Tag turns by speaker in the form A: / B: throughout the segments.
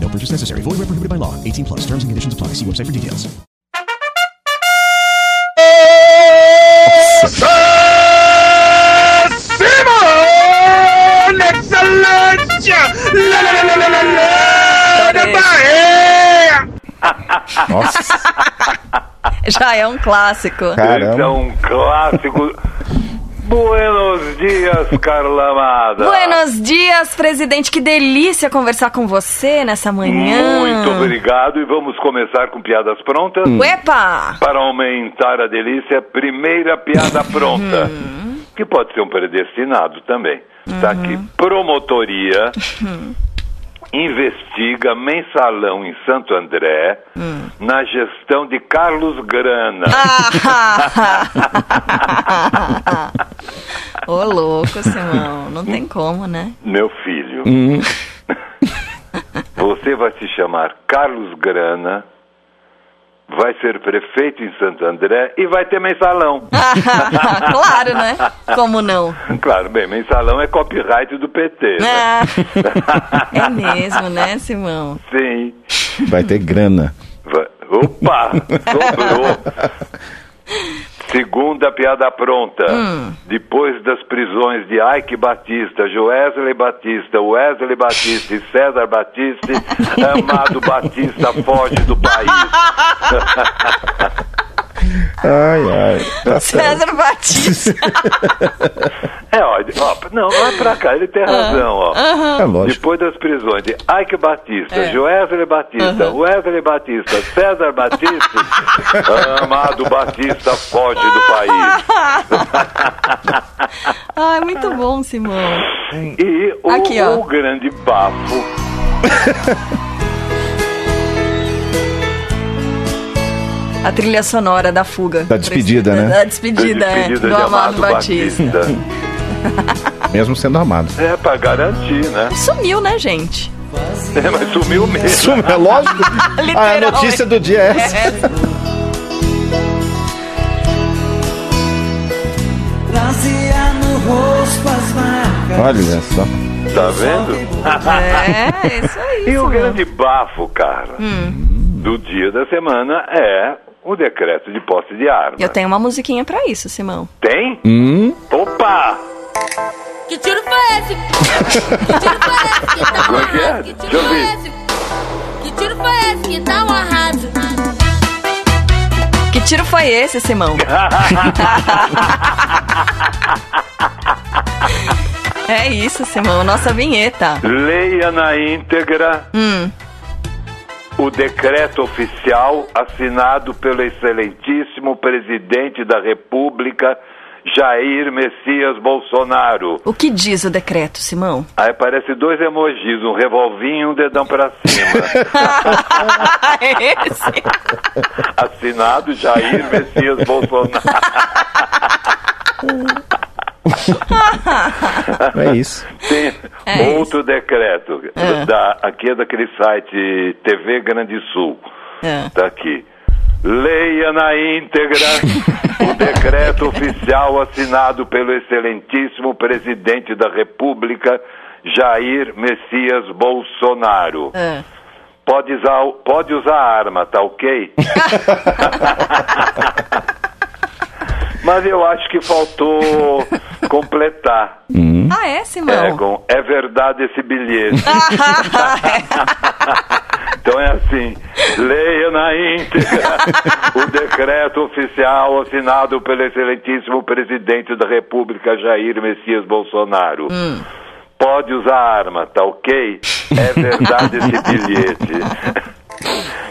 A: No purchase necessary. Void where prohibited by law. 18 plus. Terms and conditions apply. See website for details.
B: Simon! Excelência! Lá, lá, lá, lá, lá, lá, lá, da Bahia!
C: Nossa,
D: Já é um clássico.
B: Esse é
C: caramba.
B: um clássico. Buenos dias, Carla Amada.
D: Buenos dias, presidente. Que delícia conversar com você nessa manhã.
B: Muito obrigado e vamos começar com piadas prontas.
D: Hum. Uepa!
B: Para aumentar a delícia, primeira piada pronta. que pode ser um predestinado também. Está aqui. Promotoria investiga mensalão em Santo André na gestão de Carlos Grana.
D: Ô, louco, Simão. Não tem como, né?
B: Meu filho. Você vai se chamar Carlos Grana, vai ser prefeito em Santo André e vai ter mensalão.
D: claro, né? Como não?
B: Claro, bem, mensalão é copyright do PT, né?
D: Ah, é mesmo, né, Simão?
B: Sim.
C: vai ter grana.
B: Va- Opa! Sobrou! Segunda piada pronta.
C: Hum.
B: Depois das prisões de Ike Batista, Joesley Batista, Wesley Batista e César Batista, Amado Batista foge do país.
C: Ai, ai. Tá certo.
D: César Batista.
B: É, ó, ó, não, vai pra cá, ele tem
D: Ah,
B: razão, ó.
C: É lógico.
B: Depois das prisões de Ike Batista,
D: É.
B: Joesley Batista, Wesley Batista, César Batista, Amado Batista foge do país.
D: Ai, muito bom, Simão.
B: E o,
D: Aqui, ó.
B: o grande bafo.
D: A trilha sonora da fuga.
C: Da despedida, né?
D: Da despedida,
B: da
D: é,
B: despedida
D: do
B: de
D: Amado Batista.
C: Mesmo sendo amado.
B: É, pra garantir, né?
D: Sumiu, né, gente?
B: É, mas sumiu mesmo.
C: Isso é lógico. Ah, a
D: Literalmente.
C: notícia do dia é essa. Olha só.
B: Tá vendo?
D: É, isso aí.
B: E o
D: Simão.
B: grande bafo, cara,
D: Hum.
B: do dia da semana é o decreto de posse de arma.
D: Eu tenho uma musiquinha pra isso, Simão.
B: Tem? Opa!
E: Que tiro foi esse? Que tiro foi esse que tá
B: Como é que é?
E: amarrado? Que
B: Deixa
E: tiro
B: eu
E: foi
B: ver.
E: esse? Que tiro foi esse que tá amarrado?
D: Que tiro foi esse, Simão? é isso, Simão. Nossa vinheta.
B: Leia na íntegra o decreto oficial assinado pelo excelentíssimo presidente da República, Jair Messias Bolsonaro.
D: O que diz o decreto, Simão?
B: Aí aparece dois emojis, um revolvinho e um dedão pra cima.
D: Ah,
B: é
D: esse.
B: Assinado Jair Messias Bolsonaro.
C: É isso.
B: Tem
D: É
B: outro decreto. Da, aqui é daquele site TV Grande Sul.
D: É.
B: Tá aqui. Leia leia na íntegra o decreto oficial assinado pelo excelentíssimo presidente da República, Jair Messias Bolsonaro.
E: Ah.
B: Pode usar, o- pode usar a arma, tá ok? Mas eu acho que faltou completar.
D: Ah, é, Simão?
B: Egon, Hum? é verdade esse bilhete. então é assim, leia na íntegra o decreto oficial assinado pelo excelentíssimo presidente da República, Jair Messias Bolsonaro.
E: Hum.
B: Pode usar arma, tá ok? É verdade esse bilhete.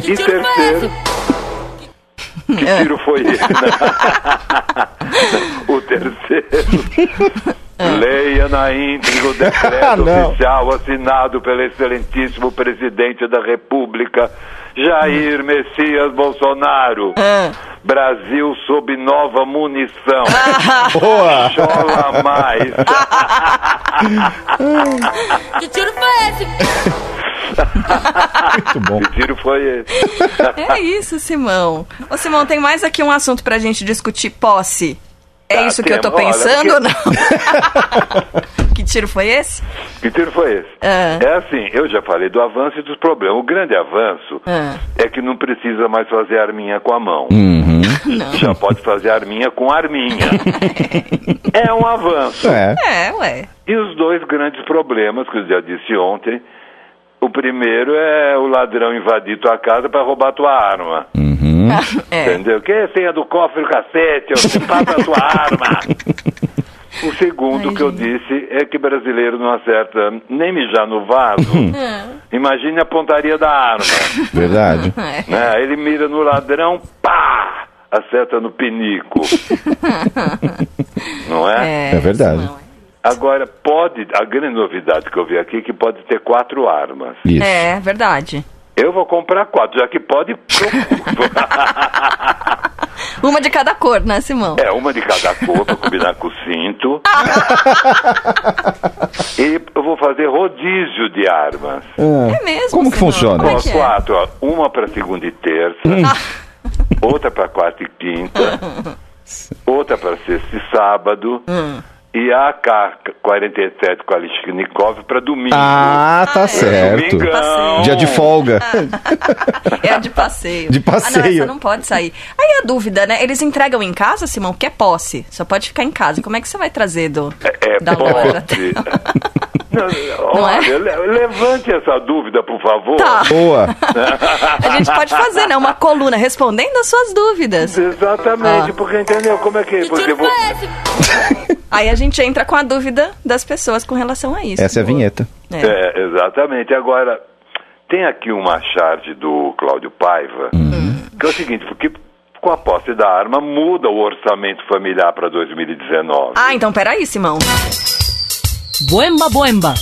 E: Que
B: E
E: tiro foi
B: terceiro,
E: esse? É.
B: que tiro foi esse? o terceiro. Leia na íntegra o
C: Ah,
B: decreto
C: não.
B: oficial assinado pelo excelentíssimo presidente da República,
C: Hum.
B: Jair Messias Bolsonaro.
C: Ah.
B: Brasil sob nova munição.
C: Boa!
B: Chola mais.
E: Que tiro foi esse?
C: Muito bom.
B: Que tiro foi esse?
D: É isso, Simão. Ô, Simão, tem mais aqui um assunto pra gente discutir posse. É
B: Tá,
D: isso que eu tô
B: temos. Olha,
D: pensando ou não? que tiro foi esse?
B: Que tiro foi esse?
D: Ah.
B: É assim, eu já falei do avanço e dos problemas. O grande avanço
D: Ah.
B: é que não precisa mais fazer arminha com a mão. Já pode fazer arminha com arminha. é um avanço.
C: É.
D: É, ué.
B: E os dois grandes problemas que eu já disse ontem. O primeiro é o ladrão invadir tua casa para roubar tua arma.
D: É.
B: Entendeu? Que senha do cofre, cacete, você passa a tua arma. O segundo que eu disse é que brasileiro não acerta nem mijar no vaso. Imagine a pontaria da arma.
C: Verdade.
D: É.
B: né? Ele mira no ladrão, pá! Acerta no pinico. não
D: É,
C: É verdade.
D: Simão,
B: Agora, pode. A grande novidade que eu vi aqui é que pode ter quatro armas.
C: Isso.
D: é. É, verdade.
B: Eu vou comprar quatro, já que pode.
D: Uma de cada cor, né, Simão?
B: É, uma de cada cor pra combinar com o cinto. e eu vou fazer rodízio de armas.
D: É, mesmo.
C: Como que
D: Simão?
C: funciona
D: Como
B: Ó,
D: é que é?
B: quatro, ó. Uma pra segunda e terça. outra pra quarta e quinta. outra pra sexta e sábado. E a AK-47 Kalashnikov pra domingo.
C: Ah, tá certo.
B: Domingão.
C: Dia de folga.
D: É a de passeio.
C: De
D: Ah, não,
C: passeio.
D: essa não pode sair. Aí a dúvida, né? Eles entregam em casa, Simão, que é posse. Só pode ficar em casa. Como é que você vai trazer do
B: É,
D: da loja?
B: pode. Não,
D: Não é?
B: olha, le- levante essa dúvida, por favor.
D: Tá.
C: Boa.
D: A gente pode fazer, né? Uma coluna respondendo as suas dúvidas.
B: Exatamente,
D: Ah.
B: porque entendeu como é que...
E: Que
B: Porque
E: tiro
B: vou...
E: foi esse?
D: Aí a gente entra com a dúvida das pessoas com relação a isso.
C: Essa é a vinheta.
D: É.
B: É, exatamente. Agora, tem aqui uma charge do Cláudio Paiva,
D: Hum.
B: que é o seguinte, porque com a posse da arma muda o orçamento familiar para 2019.
D: Ah, então peraí, Simão.
F: Boemba, boemba.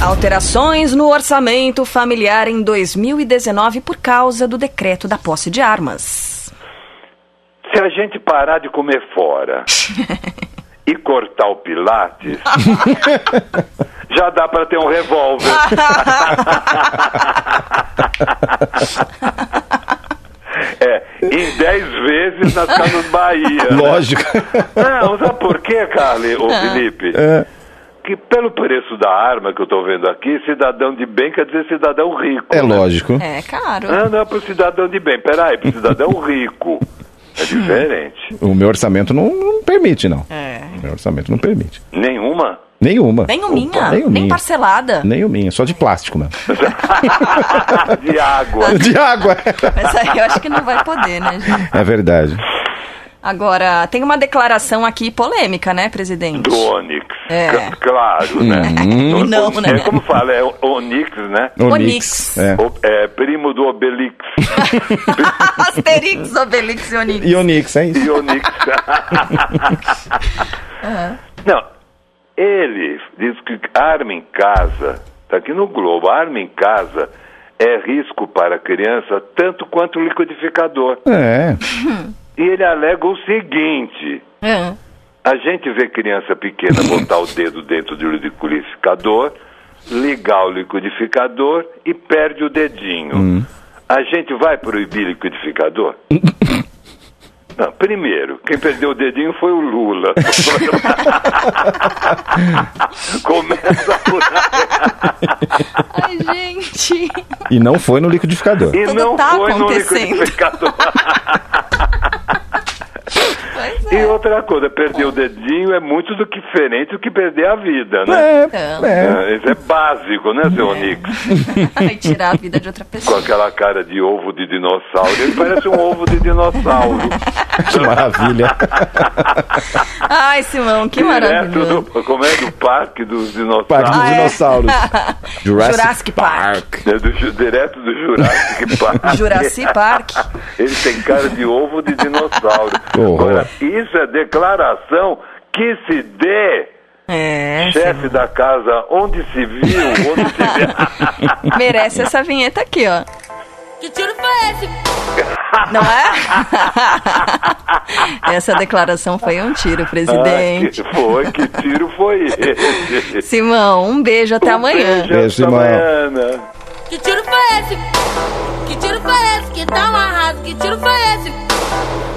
D: Alterações no orçamento familiar em 2019 por causa do decreto da posse de armas.
B: Se a gente parar de comer fora e cortar o pilates, já dá para ter um revólver. É, em 10 vezes nós estamos Bahia. né?
C: Lógico. Ah.
B: Não, sabe por quê, Carly, ou Felipe?
C: É.
B: Que pelo preço da arma que eu tô vendo aqui, cidadão de bem quer dizer cidadão rico.
C: É
B: né?
C: lógico.
D: É, caro.
B: Ah, não é pro cidadão de bem. Peraí, pro cidadão rico. É diferente.
C: O meu orçamento não, não permite, não.
D: É.
C: O meu orçamento não permite.
B: Nenhuma?
C: Nenhuma.
D: Nem o minha,
C: Opa,
D: nem,
C: o minha.
D: parcelada.
C: Nem o minha, só de plástico mesmo.
B: Ah, de água.
C: De água.
D: Essa aí eu acho que não vai poder, né, gente?
C: É verdade.
D: Agora, tem uma declaração aqui polêmica, né, presidente?
B: Do Onix.
D: É.
B: C- Claro, né?
D: Não,
B: O-
D: né?
B: É como fala, é o- Onix, né?
D: Onix.
C: É.
B: O- é primo do Obelix.
D: Asterix, Obelix e Onix.
C: E Onix, é isso.
B: e Onix.
D: É.
B: Não, ele diz que arma em casa, tá aqui no Globo, arma em casa é risco para a criança tanto quanto o liquidificador.
C: É.
B: E ele alega o seguinte:
D: É.
B: a gente vê criança pequena botar o dedo dentro do liquidificador, ligar o liquidificador e
C: Hum.
B: perde o dedinho. A gente vai proibir liquidificador? Não, primeiro, quem perdeu o dedinho foi o Lula. Começa por
D: Ai, gente.
C: E não foi no liquidificador.
B: E
D: Tudo
B: não
D: tá
B: foi no
D: acontecendo.
B: liquidificador.
D: é.
B: E outra coisa, perder o dedinho é muito do que diferente do que perder a vida, né?
C: É,
D: Então.
C: é.
B: É, Isso é básico, né, seu Onix?
D: Vai tirar a vida de outra
B: Com
D: pessoa.
B: aquela cara de ovo de dinossauro. Ele parece um ovo de dinossauro.
C: Que maravilha.
D: Ai, Simão, que
B: Direto
D: maravilhoso.
B: do, como é, do parque dos
C: Parque dos
B: dinossauros.
D: Ah, é.
C: dinossauros. Jurassic,
D: Jurassic Park.
B: É do ju- direto do Jurassic Park.
D: Juraci Park.
B: Ele tem cara de ovo de dinossauro.
C: Que horror.
B: Agora, isso é declaração que se dê,
D: É.
B: chefe da casa, onde se viu, onde se vê. Ah,
D: Merece essa vinheta aqui, ó.
E: Que tiro foi esse?
D: Não é? Essa declaração foi um tiro,
B: Ah,
D: presidente.
B: que foi, que tiro foi esse?
D: Simão, um beijo até
B: Um
D: amanhã.
B: beijo,
C: Beijo,
B: até
C: irmão.
B: amanhã, né?
E: Que tiro foi esse? Que tiro foi esse? Que dá um arraso? Que tiro foi esse?